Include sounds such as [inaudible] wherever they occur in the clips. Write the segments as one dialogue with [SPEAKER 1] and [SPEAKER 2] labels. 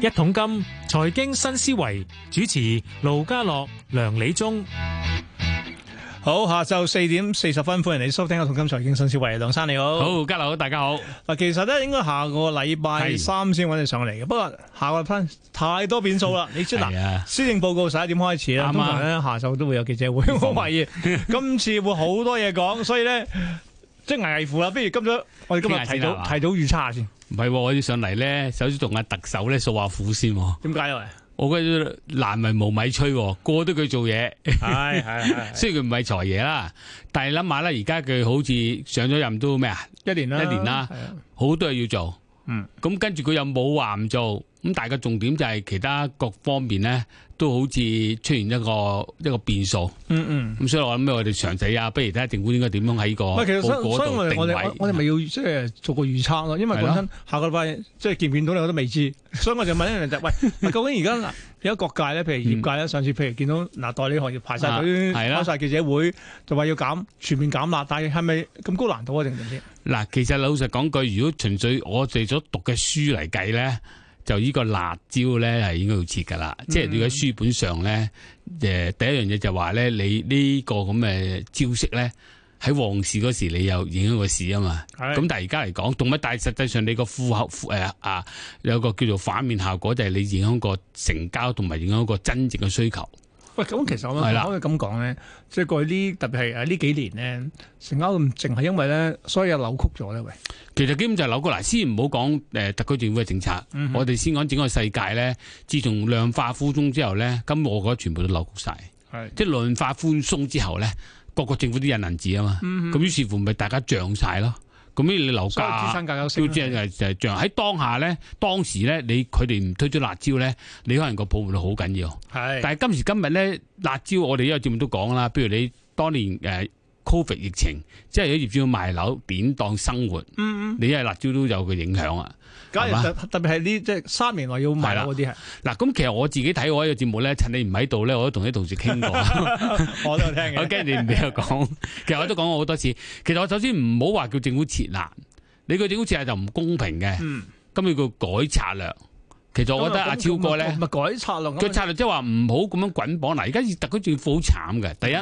[SPEAKER 1] 一桶金財經新思維主持盧家樂、梁理中，
[SPEAKER 2] 好，下晝四點四十分，歡迎你收聽《一桶金財經新思維》，梁生你好。
[SPEAKER 3] 好，家樓大家好。
[SPEAKER 2] 嗱，其實咧應該下個禮拜三先揾你上嚟嘅，不過下個禮拜太多變
[SPEAKER 3] [laughs]
[SPEAKER 2] 數啦。你知嗱，
[SPEAKER 3] 啊，
[SPEAKER 2] 施政報告十一點開始
[SPEAKER 3] 啱
[SPEAKER 2] 啦，
[SPEAKER 3] 啊
[SPEAKER 2] 通常咧下晝都會有記
[SPEAKER 3] [laughs]
[SPEAKER 2] 者會，我懷疑今次會好多嘢講，所以咧即係危乎啦。不如今早我哋今日
[SPEAKER 3] 傾下
[SPEAKER 2] 提
[SPEAKER 3] 先
[SPEAKER 2] 早
[SPEAKER 3] 啦
[SPEAKER 2] 提早預測下先，
[SPEAKER 3] 唔係喎，我要上嚟咧，首先同阿特首咧訴下苦先喎。
[SPEAKER 2] 點解啊？
[SPEAKER 3] 我覺得難為無米炊喎，過得佢做嘢，
[SPEAKER 2] 係係
[SPEAKER 3] [laughs] 雖然佢唔係財爺啦，但係諗下啦，而家佢好似上咗任都咩啊，
[SPEAKER 2] [laughs] 一年啦，
[SPEAKER 3] 一年啦
[SPEAKER 2] 係啊，
[SPEAKER 3] 好多嘢要做。
[SPEAKER 2] 嗯，
[SPEAKER 3] 咁跟住佢又冇話唔做，咁但係個重點就係其他各方面咧都好似出現一個一個變數。
[SPEAKER 2] 嗯嗯。
[SPEAKER 3] 咁所以我諗我哋詳細啊，不如睇下政府應該點樣喺個
[SPEAKER 2] 唔係，其實所
[SPEAKER 3] 哦報
[SPEAKER 2] 以
[SPEAKER 3] 告
[SPEAKER 2] 所以我
[SPEAKER 3] 嗰
[SPEAKER 2] 哋
[SPEAKER 3] 度
[SPEAKER 2] 我
[SPEAKER 3] 定
[SPEAKER 2] 哋我哋
[SPEAKER 3] 位。
[SPEAKER 2] 咪要即係做個預測咯，因為
[SPEAKER 3] 係咯啊
[SPEAKER 2] 講真，下個禮拜即係見唔見到你我都未知，所以我就問一樣就係
[SPEAKER 3] [laughs]
[SPEAKER 2] 喂，究竟而家嗱而家各界咧，譬如業界咧，上次譬如見到嗱代理行業排晒隊，
[SPEAKER 3] 啊係啦
[SPEAKER 2] 開晒記者會，就話要減全面減辣，但係係咪咁高難度啊？定點先？
[SPEAKER 3] 嗱，其實老實講句，如果純粹我哋所讀嘅書嚟計咧，就呢個辣椒咧係應該要切㗎啦。即係如果喺書本上咧，誒、第一樣嘢就話咧，你呢個咁嘅招式咧，喺旺市嗰時你又影響個市啊嘛。咁但係而家嚟講，動乜？但係實際上你個負後誒啊，有個叫做反面效果，就係你影響個成交同埋影響個真正嘅需求。
[SPEAKER 2] 喂，咁其實我
[SPEAKER 3] 係啦
[SPEAKER 2] 可以咁講咧，即係過去呢特別係誒啊呢幾年咧，成交咁淨係因為咧，所有嘢扭曲咗咧，喂，
[SPEAKER 3] 其實基本就係扭過嚟，先唔好講誒特區政府嘅政策，
[SPEAKER 2] 嗯
[SPEAKER 3] 我哋先講整個世界咧。自從量化寬鬆之後咧，咁我覺得全部都扭曲晒。
[SPEAKER 2] 係
[SPEAKER 3] 即係量化寬鬆之後咧，各個政府都印銀紙啊嘛，咁、於是乎咪大家漲晒咯。咁呢你樓
[SPEAKER 2] 嗯所有資
[SPEAKER 3] 價
[SPEAKER 2] 產價格
[SPEAKER 3] 都
[SPEAKER 2] 升啊
[SPEAKER 3] 即
[SPEAKER 2] 啦。
[SPEAKER 3] 係就係漲。喺當下咧，當時咧，你佢哋唔推出辣椒咧，你可能個泡沫好緊要。
[SPEAKER 2] 係
[SPEAKER 3] 但係今時今日咧，辣椒我哋呢個節目都講啦，譬如你當年誒、呃 Covid 疫情，即係有業主要賣樓典當生活，
[SPEAKER 2] 嗯
[SPEAKER 3] 你因為辣椒都有個影響啊。
[SPEAKER 2] 假如
[SPEAKER 3] 係嘛
[SPEAKER 2] 特特別係呢，即係三年內要賣樓嗰啲係。
[SPEAKER 3] 嗱，咁其實我自己睇我呢個節目咧，趁你唔喺度咧，我都同啲同事傾過，
[SPEAKER 2] 我都有聽
[SPEAKER 3] 我
[SPEAKER 2] 嘅。
[SPEAKER 3] 驚你唔俾我講。 [laughs] 其實我都講過好多次，其實我首先唔好話叫政府設立，你個政府設立就唔公平嘅，
[SPEAKER 2] 嗯，
[SPEAKER 3] 咁要叫改策略。其 [laughs] 實我
[SPEAKER 2] 啊
[SPEAKER 3] 覺得阿超哥咧。
[SPEAKER 2] 咪啊改策略
[SPEAKER 3] 佢策略即係話唔好咁樣捆綁嗱，而家特區政府好慘嘅。第一，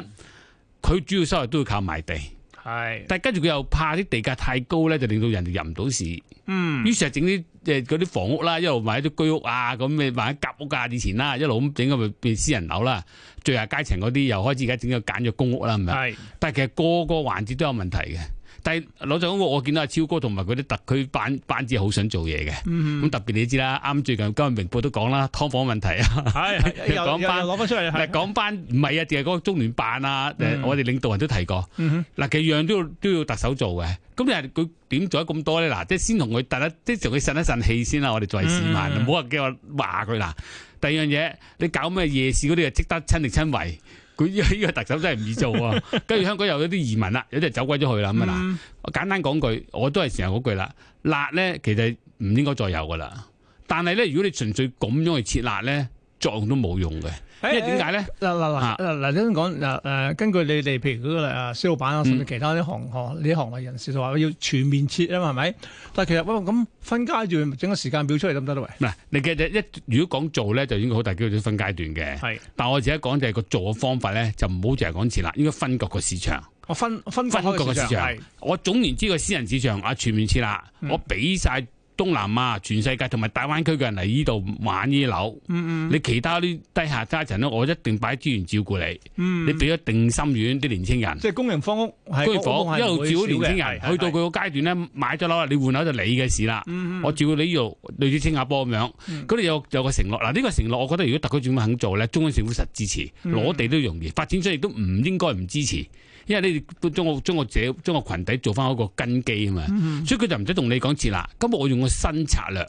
[SPEAKER 3] 佢主要收入都要靠賣地，
[SPEAKER 2] 係，
[SPEAKER 3] 但係跟住佢又怕啲地價太高咧，就令到人哋入唔到市。
[SPEAKER 2] 嗯，
[SPEAKER 3] 於是就整啲誒嗰啲房屋啦，一路買啲居屋啊，咁你買夾屋啊，以前啦，一路咁整咁咪變私人樓啦。最下階層嗰啲又開始而家整咗簡約公屋啦，係咪？
[SPEAKER 2] 係
[SPEAKER 3] 但係其實個個環節都有問題嘅。但係老實講，我見到阿超哥同埋佢啲特區班班子好想做嘢嘅。咁、
[SPEAKER 2] 嗯
[SPEAKER 3] 特別你知啦，啱最近今日明報都講啦，劏房問題
[SPEAKER 2] [laughs]
[SPEAKER 3] 啊。
[SPEAKER 2] 係
[SPEAKER 3] 你
[SPEAKER 2] 又又
[SPEAKER 3] 講
[SPEAKER 2] 又
[SPEAKER 3] 返
[SPEAKER 2] 攞翻出嚟
[SPEAKER 3] 嗱，
[SPEAKER 2] 係，
[SPEAKER 3] 講翻唔係啊，淨係嗰個中聯辦啊，誒、
[SPEAKER 2] 嗯
[SPEAKER 3] 我哋領導人都提過，
[SPEAKER 2] 嗯
[SPEAKER 3] 嗱，其實樣都要都要特首做嘅。咁你係佢點做得咁多咧？嗱，即係先同佢突一，即係同佢呻一呻氣先啦。我哋作為市民，
[SPEAKER 2] 嗯
[SPEAKER 3] 唔好話叫我話佢嗱。第二樣嘢，你搞咩夜市嗰啲啊，即得親力親為。佢呢個呢個特首真係唔易做啊！跟住香港又有啲移民啦，有啲人走鬼咗去啦咁啊
[SPEAKER 2] 嗯
[SPEAKER 3] 嗱。我簡單講句，我都係成日嗰句啦，辣咧其實唔應該再有噶啦。但係咧，如果你純粹咁樣去切辣咧，作用都冇用嘅，
[SPEAKER 2] 哼，
[SPEAKER 3] 因為點解咧？
[SPEAKER 2] 嗱嗱嗱
[SPEAKER 3] 啊
[SPEAKER 2] 嗱嗱，先講嗱誒，根據你哋譬如嗰個誒小老闆
[SPEAKER 3] 嗯
[SPEAKER 2] 啊，甚至其他啲行行呢行內人士就話要全面切啊嘛，係咪？但係其實喂咁分階段整個時間表出嚟得唔得咧？喂，
[SPEAKER 3] 嗱，你嘅一如果講做咧，就應該好大機會都分階段嘅。
[SPEAKER 2] 係
[SPEAKER 3] 但我自己講就係個做嘅方法咧，就唔好淨係講錢啦，應該分割個市場。
[SPEAKER 2] 我哦分分
[SPEAKER 3] 分
[SPEAKER 2] 割
[SPEAKER 3] 割
[SPEAKER 2] 個
[SPEAKER 3] 個
[SPEAKER 2] 市
[SPEAKER 3] 市
[SPEAKER 2] 場
[SPEAKER 3] 場
[SPEAKER 2] 係
[SPEAKER 3] 我總言之，個私人市場啊全面設啦，
[SPEAKER 2] 嗯
[SPEAKER 3] 我俾晒東南亞、全世界同埋大灣區嘅人嚟呢度玩呢啲樓。
[SPEAKER 2] 嗯
[SPEAKER 3] 你其他啲低下階層咧，我一定擺資源照顧你。
[SPEAKER 2] 嗯
[SPEAKER 3] 你俾咗定心丸啲年青人。
[SPEAKER 2] 即係公營房屋係
[SPEAKER 3] 居
[SPEAKER 2] 公
[SPEAKER 3] 房一
[SPEAKER 2] 屋
[SPEAKER 3] 路
[SPEAKER 2] 係
[SPEAKER 3] 照顧
[SPEAKER 2] 唔會
[SPEAKER 3] 年青
[SPEAKER 2] 少嘅
[SPEAKER 3] 人，
[SPEAKER 2] 係
[SPEAKER 3] 去到佢個階段咧，買咗樓啦，你換樓就你嘅事啦。我照顧你呢度，類似新加坡咁樣，
[SPEAKER 2] 嗯
[SPEAKER 3] 佢哋有有個承諾。嗱，呢個承諾，我覺得如果特區政府肯做咧，中央政府實支持，
[SPEAKER 2] 嗯
[SPEAKER 3] 攞地都容易，發展商亦都唔應該唔支持，因為你哋中國中國者中國群體做翻一個根基啊
[SPEAKER 2] 嗯
[SPEAKER 3] 嘛。所以佢就唔使同你講設啦。咁我用個新策略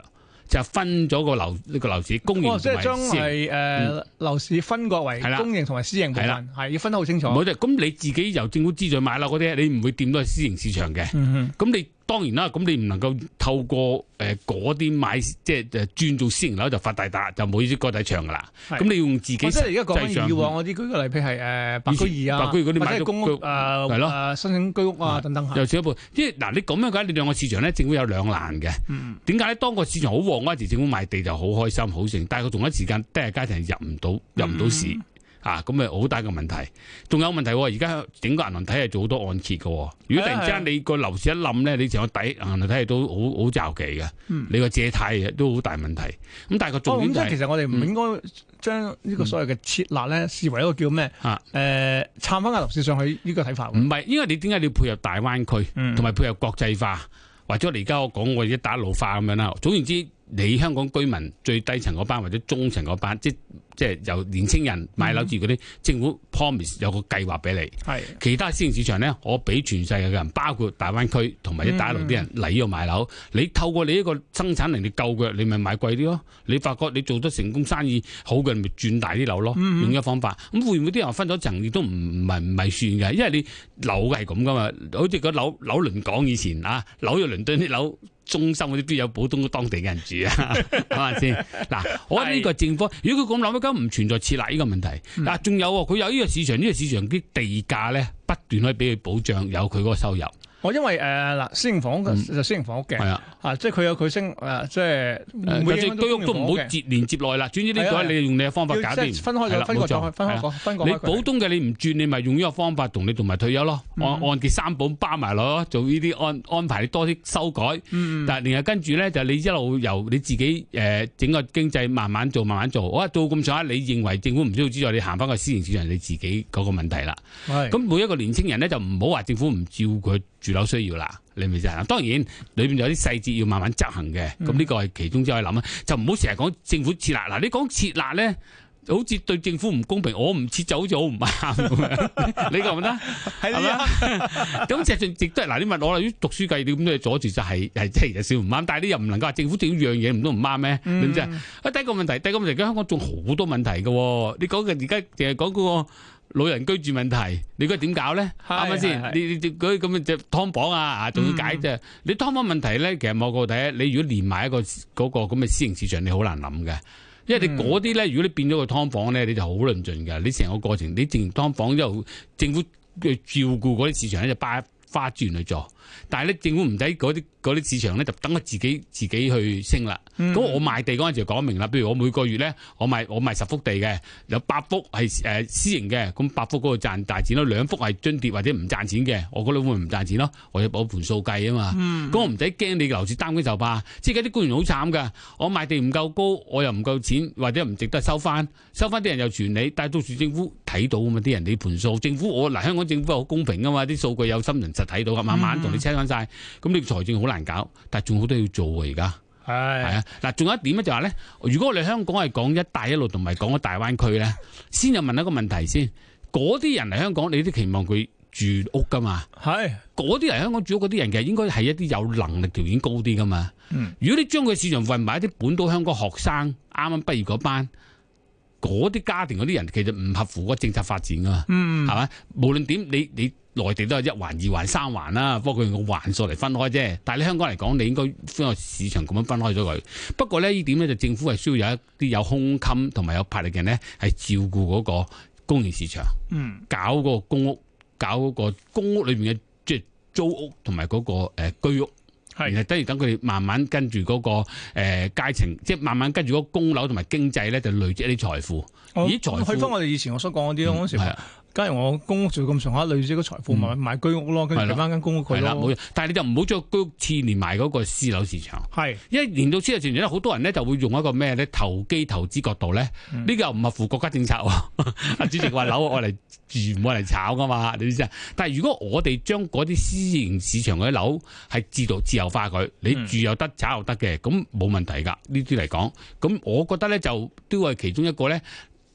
[SPEAKER 3] 就係分咗個樓呢個樓市公
[SPEAKER 2] 哦，
[SPEAKER 3] 營
[SPEAKER 2] 即
[SPEAKER 3] 同埋
[SPEAKER 2] 係將
[SPEAKER 3] 私營。
[SPEAKER 2] 係誒樓市分割為
[SPEAKER 3] 係啦
[SPEAKER 2] 公營同埋私營部
[SPEAKER 3] 係啦
[SPEAKER 2] 分，係要分得好清楚。
[SPEAKER 3] 冇就咁你自己由政府資助買樓嗰啲，你唔會掂到去私營市場嘅。
[SPEAKER 2] 嗯哼。
[SPEAKER 3] 咁你當然啦，咁你唔能夠透過誒嗰啲買即係誒轉做私營樓就發大達，就冇呢啲國際場噶啦。
[SPEAKER 2] 係
[SPEAKER 3] 咁你要用自
[SPEAKER 2] 哦
[SPEAKER 3] 己
[SPEAKER 2] 我即係而家講
[SPEAKER 3] 實際
[SPEAKER 2] 緊
[SPEAKER 3] 上
[SPEAKER 2] 以往我啲舉個例，譬如係誒白居二啊，
[SPEAKER 3] 白居易嗰
[SPEAKER 2] 或
[SPEAKER 3] 啲買
[SPEAKER 2] 者
[SPEAKER 3] 咗
[SPEAKER 2] 公屋
[SPEAKER 3] 居
[SPEAKER 2] 誒
[SPEAKER 3] 係咯
[SPEAKER 2] 誒申請居屋啊
[SPEAKER 3] 啊
[SPEAKER 2] 等等嚇，
[SPEAKER 3] 又少一半，因為嗱你咁樣嘅話，你兩個市場咧，政府有兩難嘅。
[SPEAKER 2] 嗯
[SPEAKER 3] 點解咧？當個市場好旺嗰陣時，政府賣地就好開心、好盛，但係佢同一時間低價家庭入唔到、入唔
[SPEAKER 2] 嗯
[SPEAKER 3] 到市、啊，咁咪好大嘅問題。仲有問題喎，而家整個銀行體系做好多按揭嘅喎。如果突然之
[SPEAKER 2] 係啊
[SPEAKER 3] 間你個樓市一冧咧，你成個底銀行體系都好好罩忌嘅，
[SPEAKER 2] 嗯
[SPEAKER 3] 你個借貸都好大問題。咁但係個重
[SPEAKER 2] 哦，咁
[SPEAKER 3] 點
[SPEAKER 2] 即
[SPEAKER 3] 就
[SPEAKER 2] 係
[SPEAKER 3] 係、
[SPEAKER 2] 其實我哋唔應該將呢個所謂嘅設立咧視為一個叫咩
[SPEAKER 3] 啊
[SPEAKER 2] 誒撐翻個樓市上去呢個睇法喎。
[SPEAKER 3] 唔係，因為你點解你要配合大灣區？
[SPEAKER 2] 嗯
[SPEAKER 3] 同埋配合國際化，或者我哋而家我講我一打一路化咁樣啦。總言之，你香港居民最低層嗰班或者中層嗰班，即即係由年青人買樓住嗰啲，政府 promise 有個計劃俾你。
[SPEAKER 2] 係
[SPEAKER 3] 其他私營市場呢，我俾全世界嘅人，包括大灣區同埋一帶一路啲人嚟呢度買樓。你透過你呢個生產能力夠嘅，你咪買貴啲咯。你發覺你做得成功生意好嘅，你咪轉大啲樓咯。用呢個方法，咁會唔會啲人分咗層亦都唔唔係唔係算嘅？因為你樓係咁噶嘛，好似個樓樓輪港以前啊，紐約倫敦啲樓。中心嗰啲邊有普通當地嘅人住啊？ [laughs] 係咪先？嗱，我覺得呢個政府，如果佢咁諗，咁唔存在設立呢個問題。
[SPEAKER 2] 嗯
[SPEAKER 3] 嗱，仲有喎，佢有呢個市場，呢、個市場啲地價咧不斷可以俾佢保障，有佢嗰個收入。
[SPEAKER 2] 我哦因為誒嗱，私營房屋嘅就私營房屋
[SPEAKER 3] 嗯係
[SPEAKER 2] 嘅，
[SPEAKER 3] 啊，
[SPEAKER 2] 啊即係佢有佢升誒，即係
[SPEAKER 3] 誒
[SPEAKER 2] 每
[SPEAKER 3] 有隻居屋都唔好接連接內啦。總之呢個
[SPEAKER 2] 係啊係啊
[SPEAKER 3] 你用你嘅方法搞
[SPEAKER 2] 要即
[SPEAKER 3] 掂
[SPEAKER 2] 係，分開
[SPEAKER 3] 係
[SPEAKER 2] 咗，
[SPEAKER 3] 啦
[SPEAKER 2] 分割咗佢，分
[SPEAKER 3] 係
[SPEAKER 2] 開
[SPEAKER 3] 啊
[SPEAKER 2] 咗，分割
[SPEAKER 3] 你
[SPEAKER 2] 開佢
[SPEAKER 3] 保東嘅你唔轉，你咪用呢個方法同你同埋退休咯，按按揭三保包埋落，做呢啲安安排，你多啲修改。
[SPEAKER 2] 嗯
[SPEAKER 3] 但係然後跟住咧，就你一路由你自己誒、呃整個經濟慢慢做，慢慢做。我話到咁上下，你認為政府唔需要資助，你行翻個私營市場，你自己嗰個問題啦。
[SPEAKER 2] 係
[SPEAKER 3] 咁每一個年青人咧就唔好話政府唔照佢住樓需要啦，你明唔明先啊？當然裏邊有啲細節要慢慢執行嘅，
[SPEAKER 2] 嗯
[SPEAKER 3] 咁呢個係其中之一可以諗啊。就唔好成日講政府設立，嗱你講設立咧。好似對政府唔公平，我唔設就好似好唔啱咁
[SPEAKER 2] [laughs]
[SPEAKER 3] 樣，你覺唔覺得？
[SPEAKER 2] 係
[SPEAKER 3] 係
[SPEAKER 2] 呢
[SPEAKER 3] 嘛？咁實際亦都係嗱，你問我啦，如果讀書計你咁多嘢阻住就係係 [laughs] 即係有少唔啱，但係你又唔能夠話政府整樣嘢唔都唔啱咩？
[SPEAKER 2] 嗯
[SPEAKER 3] 你知唔知啊？啊，第一個問題，第一個問題，而家香港仲好多問題嘅喎。你講嘅而家淨係講嗰個老人居住問題，你覺得點搞咧？
[SPEAKER 2] 係
[SPEAKER 3] 啱唔啱
[SPEAKER 2] 係係
[SPEAKER 3] 先？你你你嗰啲咁嘅隻劏房啊，啊仲要解啫。你劏房問題咧，其實某個第一，你如果連埋一個嗰、個咁嘅私營市場，你好難諗嘅。因為你嗰啲咧，如果你變咗個劏房咧，你就好論盡㗎。你成個過程，你淨劏房之後，政府嘅照顧嗰啲市場咧，就巴花轉去做。但係咧，政府唔使嗰啲嗰啲市場咧，就等我自己自己去升啦。咁、我賣地嗰陣時就講明啦，譬如我每個月咧，我賣我賣十幅地嘅，有八幅係誒私營嘅，咁八幅嗰度賺大錢咯，兩幅係津貼或者唔賺錢嘅，我嗰兩幅咪唔賺錢咯，我有我盤數計啊嘛。咁、我唔使驚你樓市擔驚受怕，即係而家啲官員好慘㗎。我賣地唔夠高，我又唔夠錢，或者唔值得收翻，收翻啲人又傳你，但係到時政府睇到啊嘛，啲人你盤數，政府我嗱香港政府係好公平噶嘛，啲數據有心人實睇到噶，慢慢同你清翻晒，咁你財政好難搞，但係仲好多要做啊而家。係
[SPEAKER 2] 係
[SPEAKER 3] 啊，嗱，仲有一點咧就係咧，如果我哋香港係講一帶一路同埋講咗大灣區咧，先就問一個問題先，嗰啲人嚟香港，你都期望佢住屋噶嘛？
[SPEAKER 2] 係
[SPEAKER 3] 嗰啲嚟香港住屋嗰啲人其實應該係一啲有能力條件高啲噶嘛。
[SPEAKER 2] 嗯
[SPEAKER 3] 如果你將佢市場混埋一啲本土香港學生啱啱畢業嗰班，嗰啲家庭嗰啲人其實唔合乎嗰個政策發展噶嘛，係咪、無論點，你你內地都係一環、二環、三環啦，不過佢用個環數嚟分開啫。但係你香港嚟講，你應該將個市場咁樣分開咗佢。不過呢，呢點咧就政府係需要有一啲有胸襟同埋有魄力嘅人咧，係照顧嗰個公營市場。
[SPEAKER 2] 嗯
[SPEAKER 3] 搞嗰個公屋，搞嗰個公屋裏面嘅即係租屋同埋嗰個呃居屋，然
[SPEAKER 2] 係
[SPEAKER 3] 後等於等佢哋慢慢跟住嗰、個誒、呃階層，即係慢慢跟住嗰個供樓同埋經濟咧，就累積一啲財富。
[SPEAKER 2] 我
[SPEAKER 3] 咦財富
[SPEAKER 2] 去翻我哋以前我所講嗰啲咯，嗰時
[SPEAKER 3] 係啊
[SPEAKER 2] 假如我公屋做咁上下累積個財富，咪買居屋咯，跟住
[SPEAKER 3] 係啦
[SPEAKER 2] 俾翻間公屋佢
[SPEAKER 3] 係啦，
[SPEAKER 2] 咯
[SPEAKER 3] 冇，錯。但係你就唔好將居屋牽連埋嗰個私樓市場。
[SPEAKER 2] 係
[SPEAKER 3] 因為連到私有市場咧，好多人咧就會用一個咩咧投機投資角度咧，呢、個又唔合乎國家政策喎。 [laughs] 阿主席話樓我嚟住，唔我嚟炒噶嘛，你知唔知啊？但係如果我哋將嗰啲私營市場嗰啲樓係自動自由化佢，你住又得，炒又得嘅，咁冇問題㗎。呢啲嚟講，咁我覺得咧就都係其中一個咧。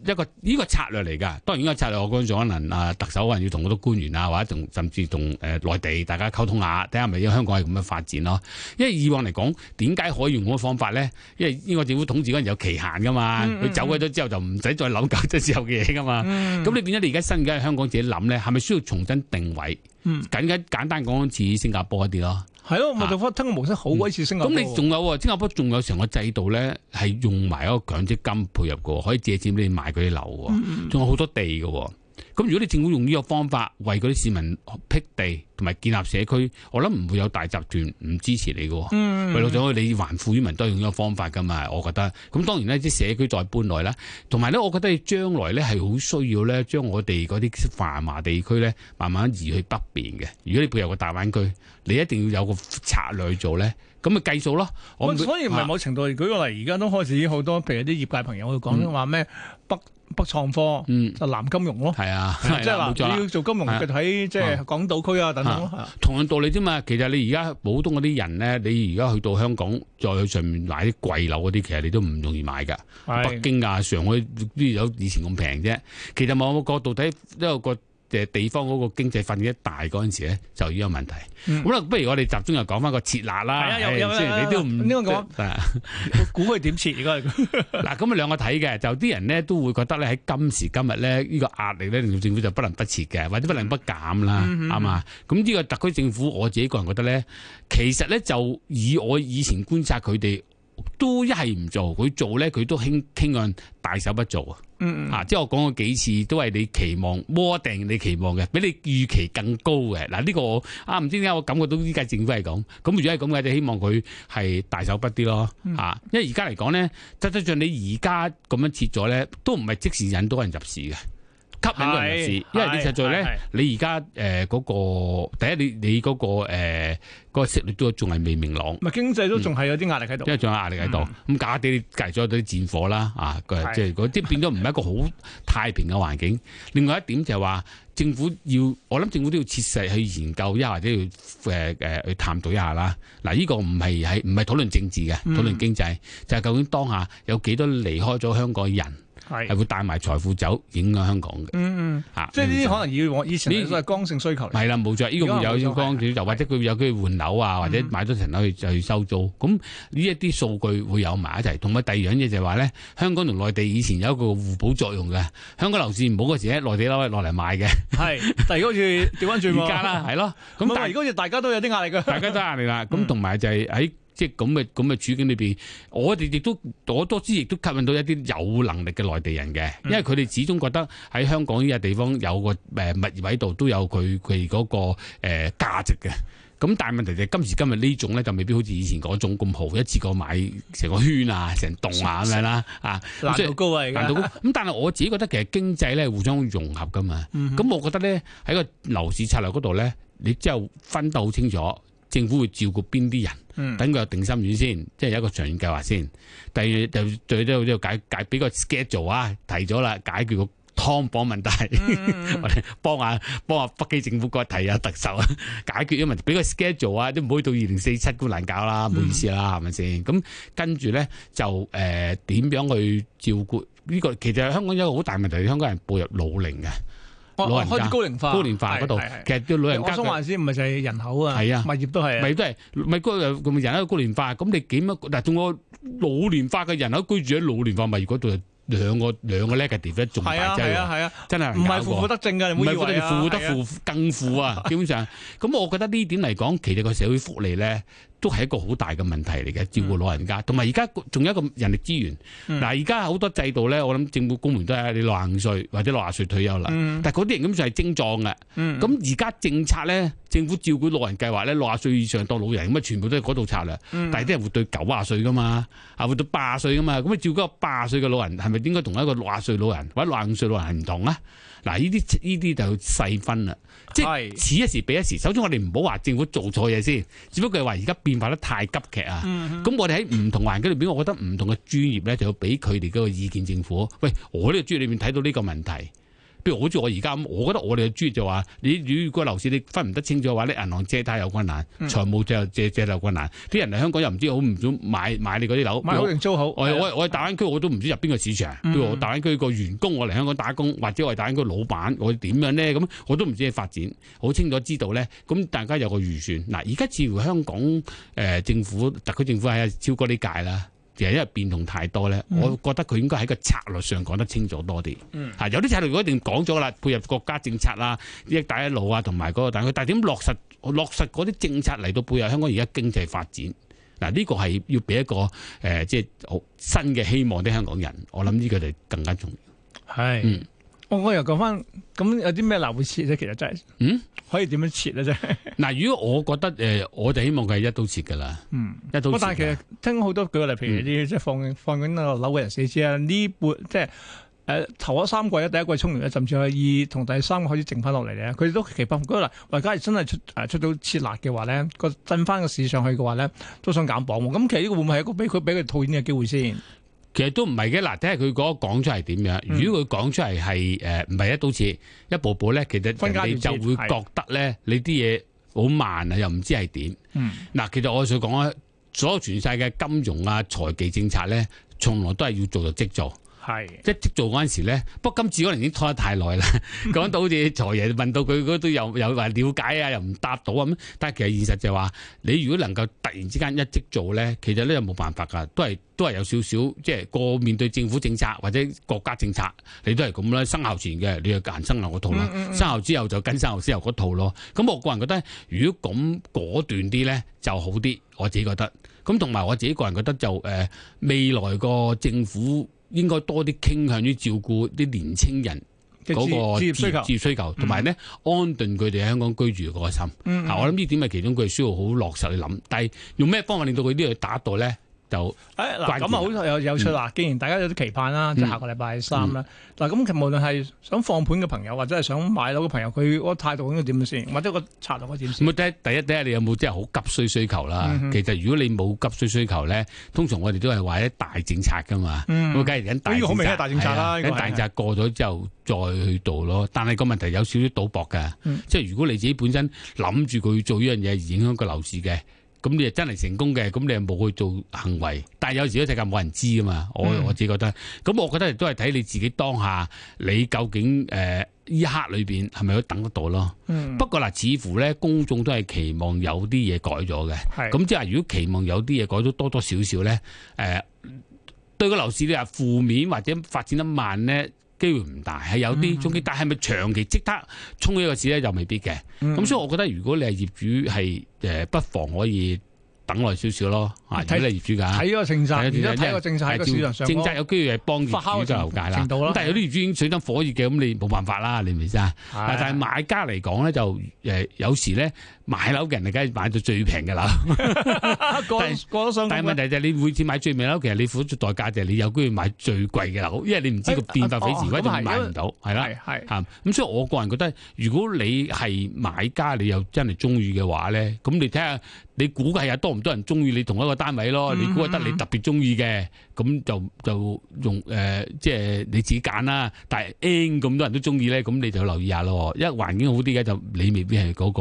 [SPEAKER 3] 一個呢個策略嚟㗎，當然呢個策略我講咗，可能啊特首可能要同好多官員啊，或者同甚至同誒內地大家溝通下，睇下係咪因為香港係咁樣發展咯。因為以往嚟講，點解可以用嗰個方法咧？因為英國政府統治嗰陣有期限㗎嘛，佢走咗咗之後就唔使再諗九七之後嘅嘢㗎
[SPEAKER 2] 嗯
[SPEAKER 3] 嘛。嗯咁、你變咗你而家新嘅香港自己諗咧，係咪需要重新定位？
[SPEAKER 2] 嗯
[SPEAKER 3] 簡簡簡單講，似新加坡一啲咯。
[SPEAKER 2] 係咯，咪就發通個模式好鬼似新加
[SPEAKER 3] 啊咁
[SPEAKER 2] 坡
[SPEAKER 3] 你
[SPEAKER 2] 喎。
[SPEAKER 3] 仲有喎，新加坡仲有成個制度咧，係用埋一個強積金配合嘅喎，可以借錢俾你買嗰啲樓喎，仲有好多地嘅喎。咁如果你政府用呢個方法為嗰啲市民辟地同埋建立社區，我諗唔會有大集團唔支持你嘅喎。為老咗你還富於民都係用呢個方法㗎嘛，我覺得。咁當然咧，啲社區再搬來啦，同埋咧，我覺得你將來咧係好需要咧，將我哋嗰啲繁華地區咧，慢慢移去北邊嘅。如果你配合個大灣區，你一定要有個策略去做咧，咁咪計數咯。我唔啊
[SPEAKER 2] 喂所以唔係某程度，舉個例，而家都開始好多，譬如啲業界朋友會講話咩北北創科
[SPEAKER 3] 嗯，
[SPEAKER 2] 就南金融咯，
[SPEAKER 3] 係啊，
[SPEAKER 2] [laughs] 即係
[SPEAKER 3] 係啦冇錯
[SPEAKER 2] 嗱，
[SPEAKER 3] 啦
[SPEAKER 2] 你要做金融
[SPEAKER 3] 係啊
[SPEAKER 2] 嘅喺即係港島區啊等等咯。係啊
[SPEAKER 3] 同樣道理啫嘛。其實你而家普通嗰啲人咧，你而家去到香港再去上面買啲貴樓嗰啲，其實你都唔容易買㗎。北
[SPEAKER 2] 係
[SPEAKER 3] 京啊、上海邊有以前咁平啫？其實某個角度睇，一個個誒地方嗰個經濟發展一大嗰陣時咧，就已經有問題。
[SPEAKER 2] 嗯
[SPEAKER 3] 咁啦，不如我哋集中又講翻個設立啦。
[SPEAKER 2] 係啊有
[SPEAKER 3] 唉
[SPEAKER 2] 有有
[SPEAKER 3] 雖然
[SPEAKER 2] 有
[SPEAKER 3] 你都唔
[SPEAKER 2] 有呢個講
[SPEAKER 3] 係
[SPEAKER 2] 估佢點設而家係？
[SPEAKER 3] 嗱，咁啊兩個睇嘅，就啲人咧都會覺得咧喺今時今日咧呢個壓力咧令到政府就不能不設嘅，或者不能不減啦，啱嘛、咁呢個特區政府我自己個人覺得咧，其實咧就以我以前觀察佢哋，都一係唔做，佢做咧佢都傾傾向大手不做啊。
[SPEAKER 2] 嗯嗯
[SPEAKER 3] 啊！即係我講過幾次，都係你期望摸定你期望嘅，比你預期更高嘅。嗱、呢個我啊，唔知點解我感覺到呢屆政府係咁。咁如果係咁嘅，就希望佢係大手筆啲咯。
[SPEAKER 2] 嗯
[SPEAKER 3] 啊，因為而家嚟講咧，實質上你而家咁樣設咗咧，都唔係即時引到人入市嘅。吸引到人入市，
[SPEAKER 2] 係
[SPEAKER 3] 因為你實在嗯
[SPEAKER 2] 係係
[SPEAKER 3] 咧，你而家誒嗰個第一，你你嗰、個誒、呃個息率都仲係未明朗。
[SPEAKER 2] 咪經濟都仲係有啲壓力喺度
[SPEAKER 3] 因。為仲有壓力喺度，咁假地隔咗啲戰火啦，啊，
[SPEAKER 2] 嗯係
[SPEAKER 3] 即係嗰即係變咗唔係一個好太平嘅環境。另外一點就係話，政府要我諗政府都要切實去研究一下，或者要誒誒、呃去探討一下啦。嗱，呢個唔係係唔係討論政治嘅，
[SPEAKER 2] 嗯
[SPEAKER 3] 討論經濟，就係究竟當下有幾多離開咗香港嘅人係
[SPEAKER 2] 係，
[SPEAKER 3] 會帶埋財富走，影響香港嘅
[SPEAKER 2] 嗯嗯，
[SPEAKER 3] 嚇。
[SPEAKER 2] 即係呢啲
[SPEAKER 3] 嗯
[SPEAKER 2] 可能要往以前
[SPEAKER 3] 呢
[SPEAKER 2] 都係剛性需求嚟。
[SPEAKER 3] 係啦，冇錯，呢、個
[SPEAKER 2] 而家
[SPEAKER 3] 會
[SPEAKER 2] 冇
[SPEAKER 3] 有
[SPEAKER 2] 錯
[SPEAKER 3] 光就或者佢有機會換樓啊，或者買咗層樓去去收租。咁呢一啲數據會有埋一齊。同埋第二樣嘢就係話咧，香港同內地以前有一個互補作用嘅。香港樓市唔好嗰時咧，內地樓係落嚟賣嘅。
[SPEAKER 2] 係，但係而家好似調翻轉喎。
[SPEAKER 3] 而家啦，係咯。
[SPEAKER 2] 唔係，
[SPEAKER 3] 咁
[SPEAKER 2] 咁但啊係
[SPEAKER 3] 但係
[SPEAKER 2] 而家好似大家都有啲壓力㗎。
[SPEAKER 3] 大家都壓力啦。咁同埋就係喺即係咁嘅咁嘅處境裏邊，我哋亦都我多知亦都吸引到一啲有能力嘅內地人嘅，因為佢哋始終覺得喺香港呢個地方有個誒呃物業喺度都有佢佢嗰個誒價值嘅。咁但係問題就係今時今日呢種咧就未必好似以前嗰種咁豪，一次過買成個圈啊、成棟啊咁樣啦啊，咁
[SPEAKER 2] 難
[SPEAKER 3] 所以
[SPEAKER 2] 度高啊，而
[SPEAKER 3] 難
[SPEAKER 2] 家
[SPEAKER 3] 道。咁？但係我自己覺得其實經濟咧互相融合噶嘛。咁、我覺得咧喺個樓市策略嗰度咧，你之後分得好清楚，政府會照顧邊啲人。
[SPEAKER 2] 嗯
[SPEAKER 3] 等佢有定心丸先，即係有一個長遠計劃先。第二樣就最都要解解俾個 schedule 啊，提咗啦，解決個劏房問題， [laughs] 我哋幫下幫下北京政府個提下特首啊，解決呢個問題，俾個 schedule 啊，都唔好到二零四七咁難搞啦，唔好意思啦，係咪先？咁跟住咧就誒點、樣去照顧呢、個？其實香港有一個好大問題，香港人步入老齡嘅
[SPEAKER 2] 我
[SPEAKER 3] 老人家
[SPEAKER 2] 開始高齡化，
[SPEAKER 3] 高齡化嗰度
[SPEAKER 2] 係。係，係
[SPEAKER 3] 其實對老人
[SPEAKER 2] 我
[SPEAKER 3] 家
[SPEAKER 2] 想話先，唔係就係人口啊，
[SPEAKER 3] 係啊
[SPEAKER 2] 物業都係啊。
[SPEAKER 3] 咪都係咪高咁人口高年化，咁你點啊？嗱，仲有老年化嘅人口居住喺老年化物業嗰度，兩個兩個 negative 一仲
[SPEAKER 2] 係啊
[SPEAKER 3] 大
[SPEAKER 2] 係啊
[SPEAKER 3] 劑，
[SPEAKER 2] 係啊，
[SPEAKER 3] 真係
[SPEAKER 2] 唔係
[SPEAKER 3] 難
[SPEAKER 2] 負
[SPEAKER 3] 搞
[SPEAKER 2] 負
[SPEAKER 3] 過。
[SPEAKER 2] 得正㗎，你
[SPEAKER 3] 唔
[SPEAKER 2] 唔好以
[SPEAKER 3] 係佢哋
[SPEAKER 2] 為啊
[SPEAKER 3] 負得
[SPEAKER 2] 係啊
[SPEAKER 3] 負更負
[SPEAKER 2] [laughs]
[SPEAKER 3] 啊！基本上，咁我覺得呢點嚟講，其實個社會福利咧都係一個好大嘅問題嚟嘅，照顧老人家，同埋而家仲有一個人力資源。
[SPEAKER 2] 嗯
[SPEAKER 3] 嗱，而家好多制度咧，我諗政府公務員都係你六十五歲或者六十歲退休啦，
[SPEAKER 2] 嗯
[SPEAKER 3] 但係嗰啲人根本上係啊精壯嘅。
[SPEAKER 2] 嗯
[SPEAKER 3] 咁而家政策咧，政府照顧老人計劃咧，六啊歲以上當老人，咁啊全部都係嗰套策略。
[SPEAKER 2] 嗯
[SPEAKER 3] 但係啲人活到九啊歲噶嘛，啊活到八啊歲噶嘛，咁啊照顧個八啊歲嘅老人，係咪應該同一個六啊歲老人或者六啊五歲老人係唔同啊？嗱，呢啲呢啲就細分啦，即係
[SPEAKER 2] 係
[SPEAKER 3] 此一時彼一時。首先我哋唔好話政府做錯嘢先，只不過係話而家變化得太急劇啊。咁、我哋喺唔同環境裏邊，我覺得唔同嘅專業咧，就要俾佢哋嗰個意見政府。喂，我呢個專業裏面睇到呢個問題。譬如好似我而家咁，我覺得我哋嘅專業就話，你如果樓市你分唔得清楚嘅話咧，銀行借貸有困難，財務就借借貸有困難。啲人嚟香港又唔知好唔想買買你嗰啲樓。
[SPEAKER 2] 買好定租好，啊嗯
[SPEAKER 3] 我我我喺大灣區我都唔知入邊個市場，譬如我大灣區個員工，我嚟香港打工，或者我係大灣區老闆，我點樣咧？咁我都唔知佢發展，好清楚知道咧。咁大家有個預算。嗱，而家似乎香港誒、呃政府、特區政府係超過呢屆
[SPEAKER 2] 嗯
[SPEAKER 3] 啦。其實因為變動太多咧，我覺得佢應該喺個策略上講得清楚多啲。
[SPEAKER 2] 嗯
[SPEAKER 3] 嚇有啲策略我一定講咗啦，配合國家政策啊、一帶一路啊，同埋嗰個但佢但係點落實落實嗰啲政策嚟到配合香港而家經濟發展。嗱，呢個係要俾一個誒、呃即係好新嘅希望啲香港人。我諗呢個就更加重要。
[SPEAKER 2] 係，
[SPEAKER 3] 嗯
[SPEAKER 2] 我我又講翻，咁有啲咩樓會切咧？其實真係，
[SPEAKER 3] 嗯，
[SPEAKER 2] 可以點樣切咧？真係，
[SPEAKER 3] 嗱，如果我覺得誒、呃我哋希望佢係一刀切㗎啦，
[SPEAKER 2] 嗯。
[SPEAKER 3] 一刀切
[SPEAKER 2] 不過
[SPEAKER 3] 㗎。
[SPEAKER 2] 但係其實聽好多舉個例，
[SPEAKER 3] 嗯
[SPEAKER 2] 譬如啲即係放放緊個樓嘅人士知啊，呢半即係誒頭嗰三季啊咧，第一季衝完咧，甚至係二同第三季開始靜翻落嚟咧，佢哋都期盼舉個例，喂，假如真係出誒出到切辣嘅話咧，個震翻個市上去嘅話咧，都想減磅喎。咁其實呢個會唔會係一個俾佢俾佢套現嘅機會先？
[SPEAKER 3] 其實都唔係嘅，嗱，睇下佢嗰個講出係點樣。
[SPEAKER 2] 嗯
[SPEAKER 3] 如果佢講出嚟係誒唔係一刀切，一步步咧，其實
[SPEAKER 2] 分
[SPEAKER 3] 人
[SPEAKER 2] 階段
[SPEAKER 3] 哋就會覺得咧，你啲嘢好慢啊，又唔知係點。
[SPEAKER 2] 嗯，
[SPEAKER 3] 嗱，其實我想講咧，所有全世界嘅金融啊、財技政策咧，從來都係要做就即做。
[SPEAKER 2] 係。
[SPEAKER 3] 一即做嗰陣時咧，不過今次可能已經拖得太耐啦。講到好似財爺問到佢嗰都有有話了解啊，又唔答到啊咁。但係其實現實就係話，你如果能夠突然之間一即做咧，其實咧就冇辦法㗎，都係都係有少少即係個面對政府政策或者國家政策，你都係咁啦。生效前嘅你就行生效嗰套啦，生效之後就跟生效之後嗰套咯。咁我個人覺得，如果咁果斷啲咧就好啲，我自己覺得。咁同埋我自己個人覺得就誒、呃未來個政府應該多啲傾向於照顧啲年青人
[SPEAKER 2] 嘅
[SPEAKER 3] 嗰個
[SPEAKER 2] 置置業需求
[SPEAKER 3] 置業需求，同埋咧安頓佢哋喺香港居住嗰個心。
[SPEAKER 2] 嗯
[SPEAKER 3] 啊，我諗呢點係其中佢需要好落實去諗，但係用咩方法令到佢呢度打到咧？就
[SPEAKER 2] 誒嗱，
[SPEAKER 3] 關鍵嗯
[SPEAKER 2] 咁啊好有有趣啦！既然大家有啲期盼啦，即係下個禮拜三啦。嗱，咁其實無論係想放盤嘅朋友，或者係想買樓嘅朋友，佢嗰個態度應該點先，或者個策略應該點先？
[SPEAKER 3] 咁啊第一第一睇下你有冇真係好急需需求啦。
[SPEAKER 2] 嗯哼
[SPEAKER 3] 其實如果你冇急需需求咧，通常我哋都係話一大政策噶嘛。
[SPEAKER 2] 嗯
[SPEAKER 3] 咁梗係緊大
[SPEAKER 2] 呢個好明顯
[SPEAKER 3] 政策
[SPEAKER 2] 係大政策啦
[SPEAKER 3] 係啊
[SPEAKER 2] 呢個
[SPEAKER 3] 緊
[SPEAKER 2] 係
[SPEAKER 3] 大政策過咗之後再去做咯。但係個問題有少少賭博㗎，
[SPEAKER 2] 嗯
[SPEAKER 3] 即係如果你自己本身諗住佢做呢樣嘢而影響個樓市嘅。咁你就真係成功嘅，咁你又冇去做行為，但係有時呢世界冇人知噶嘛，我
[SPEAKER 2] 嗯
[SPEAKER 3] 我自己覺得，咁我覺得都係睇你自己當下，你究竟誒依、一刻裏邊係咪都等得到咯？
[SPEAKER 2] 嗯
[SPEAKER 3] 不過嗱，似乎咧公眾都係期望有啲嘢改咗嘅，
[SPEAKER 2] 係
[SPEAKER 3] 咁即係如果期望有啲嘢改咗多多少少咧，誒、對個樓市你話負面或者發展得慢咧，機會唔大，係有
[SPEAKER 2] 嗯
[SPEAKER 3] 啲中期，但係咪長期即刻衝呢個市咧又未必嘅。咁、
[SPEAKER 2] 嗯
[SPEAKER 3] 所以我覺得如果你係業主係誒，不妨可以等耐少少咯，啊，如
[SPEAKER 2] 睇
[SPEAKER 3] 果你係業主㗎。
[SPEAKER 2] 睇個政策，
[SPEAKER 3] 係啊
[SPEAKER 2] 而家睇個
[SPEAKER 3] 因為
[SPEAKER 2] 政策喺個
[SPEAKER 3] 係
[SPEAKER 2] 市場上
[SPEAKER 3] 政
[SPEAKER 2] 嗰
[SPEAKER 3] 策
[SPEAKER 2] 個，
[SPEAKER 3] 有機會係幫
[SPEAKER 2] 發酵嘅
[SPEAKER 3] 業主就樓價啦。
[SPEAKER 2] 程度啦
[SPEAKER 3] 咁但係有啲業主已經水深火熱嘅，咁你冇辦法啦，你明唔明先啊？啊
[SPEAKER 2] [laughs]
[SPEAKER 3] 但係買家嚟講咧，就誒有時咧買樓嘅人，你梗係買到最平嘅樓。
[SPEAKER 2] 係過
[SPEAKER 3] 但係
[SPEAKER 2] 過咗上
[SPEAKER 3] [laughs] 但係問題就係你每次買最平樓，其實你付出代價就係你有機會買最貴嘅樓，因為你唔知個變化幾時，
[SPEAKER 2] 哎
[SPEAKER 3] 或者
[SPEAKER 2] 哦
[SPEAKER 3] 你買唔到，係啦。
[SPEAKER 2] 係係
[SPEAKER 3] 嚇咁所以我個人覺得，如果你係買家，你又真係中意嘅話咧，咁你睇下你估計有多唔多人中意你同一個單位
[SPEAKER 2] 嗯
[SPEAKER 3] 咯？你估計得你特別中意嘅，咁就就用誒、呃即係你自己揀啦。但係 N 咁多人都中意咧，咁你就留意下咯。因為環境好啲嘅，就你未必係嗰、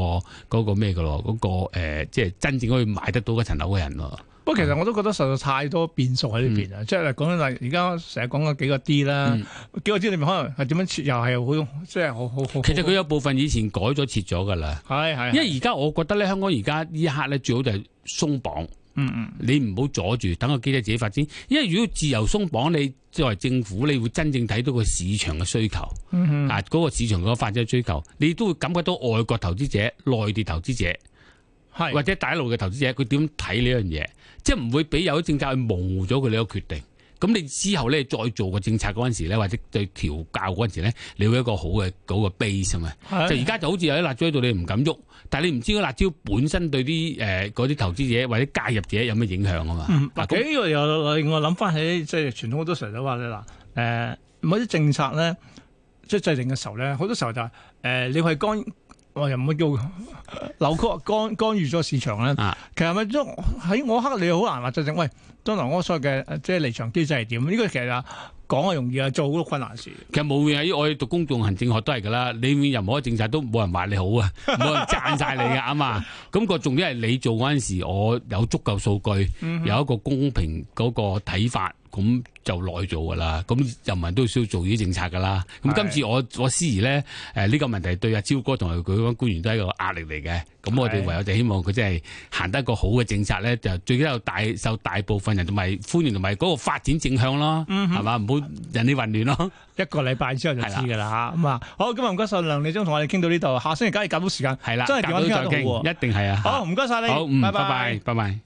[SPEAKER 3] 個嗰、個咩嘅咯，嗰、個、呃、即係真正可以買得到嗰層樓嘅人咯。
[SPEAKER 2] 不過其實我都覺得實在太多變數喺裏邊啊啦，即係講緊嗱，而家成日講嗰幾個 D 啦
[SPEAKER 3] 嗯，
[SPEAKER 2] 幾個 D 裏面可能係點樣切，又係好即係好好好。
[SPEAKER 3] 其實佢有部分以前改咗切咗㗎啦，
[SPEAKER 2] 係嗯係，
[SPEAKER 3] 因為而家我覺得咧，香港而家呢一刻咧最好就係鬆綁。
[SPEAKER 2] 嗯嗯。
[SPEAKER 3] 你唔好阻住，等個經濟自己發展。因為如果自由鬆綁，你作為政府，你會真正睇到個市場嘅需求，
[SPEAKER 2] 嗯
[SPEAKER 3] 啊嗰、個市場嗰個發展嘅需求，你都會感覺到外國投資者、內地投資者
[SPEAKER 2] 係
[SPEAKER 3] 或者大陸嘅投資者，佢點睇呢樣嘢，即係唔會俾有啲政策去模糊咗佢哋個決定。咁你之後咧再做個政策嗰陣時咧，或者對調教嗰陣時咧，你會有一個好嘅嗰、個 base 啊嘛。就而家就好似有啲辣椒喺度，你唔敢喐，但係你唔知嗰辣椒本身對啲誒嗰啲投資者或者介入者有咩影響啊嘛。
[SPEAKER 2] 嗯，
[SPEAKER 3] 嗱
[SPEAKER 2] 嗱，
[SPEAKER 3] 咁
[SPEAKER 2] 呢個又令我諗翻起，即係傳統好多時候都話咧，嗱，誒某啲政策咧，即係制定嘅時候咧，好多時候就係、誒、你你係干，我又唔會叫 [laughs] 扭曲干干預咗市場咧。
[SPEAKER 3] 啊
[SPEAKER 2] 其實咪即係喺我刻你好難話制定，喂，將來我所謂嘅誒即係離場機制係點？呢、個其實啊講係容易啊，做好多困難事。
[SPEAKER 3] 其實冇嘢，我哋讀公眾行政學都係㗎啦。你永遠任何一個政策都冇人話你好啊，冇人讚晒你㗎啱嘛。咁、個重點係你做嗰陣時，我有足夠數據，有一個公平嗰個睇法，咁就內做㗎啦。咁人民都需要做呢啲政策㗎啦。咁今次我我思疑咧，誒呢個問題對阿招哥同埋佢嗰班官員都係一個壓力嚟嘅。咁我哋
[SPEAKER 2] 係
[SPEAKER 3] 唯有就希望佢真係行得一個好嘅政策咧，就最緊要大受大部分人同埋歡迎同埋嗰個發展正向咯，係嘛？唔好人哋混亂咯。
[SPEAKER 2] 一個禮拜之後就知㗎啦嚇。咁啊，好，今日唔該晒梁理中同我哋傾到呢度，下星期梗係夾到時間，
[SPEAKER 3] 係啦，
[SPEAKER 2] 真係
[SPEAKER 3] 夾
[SPEAKER 2] 電話
[SPEAKER 3] 到
[SPEAKER 2] 傾下
[SPEAKER 3] 再
[SPEAKER 2] 都好
[SPEAKER 3] 傾，
[SPEAKER 2] 喎。
[SPEAKER 3] 一定係啊。
[SPEAKER 2] 好，唔該晒你，
[SPEAKER 3] 好，嗯，拜拜，拜拜。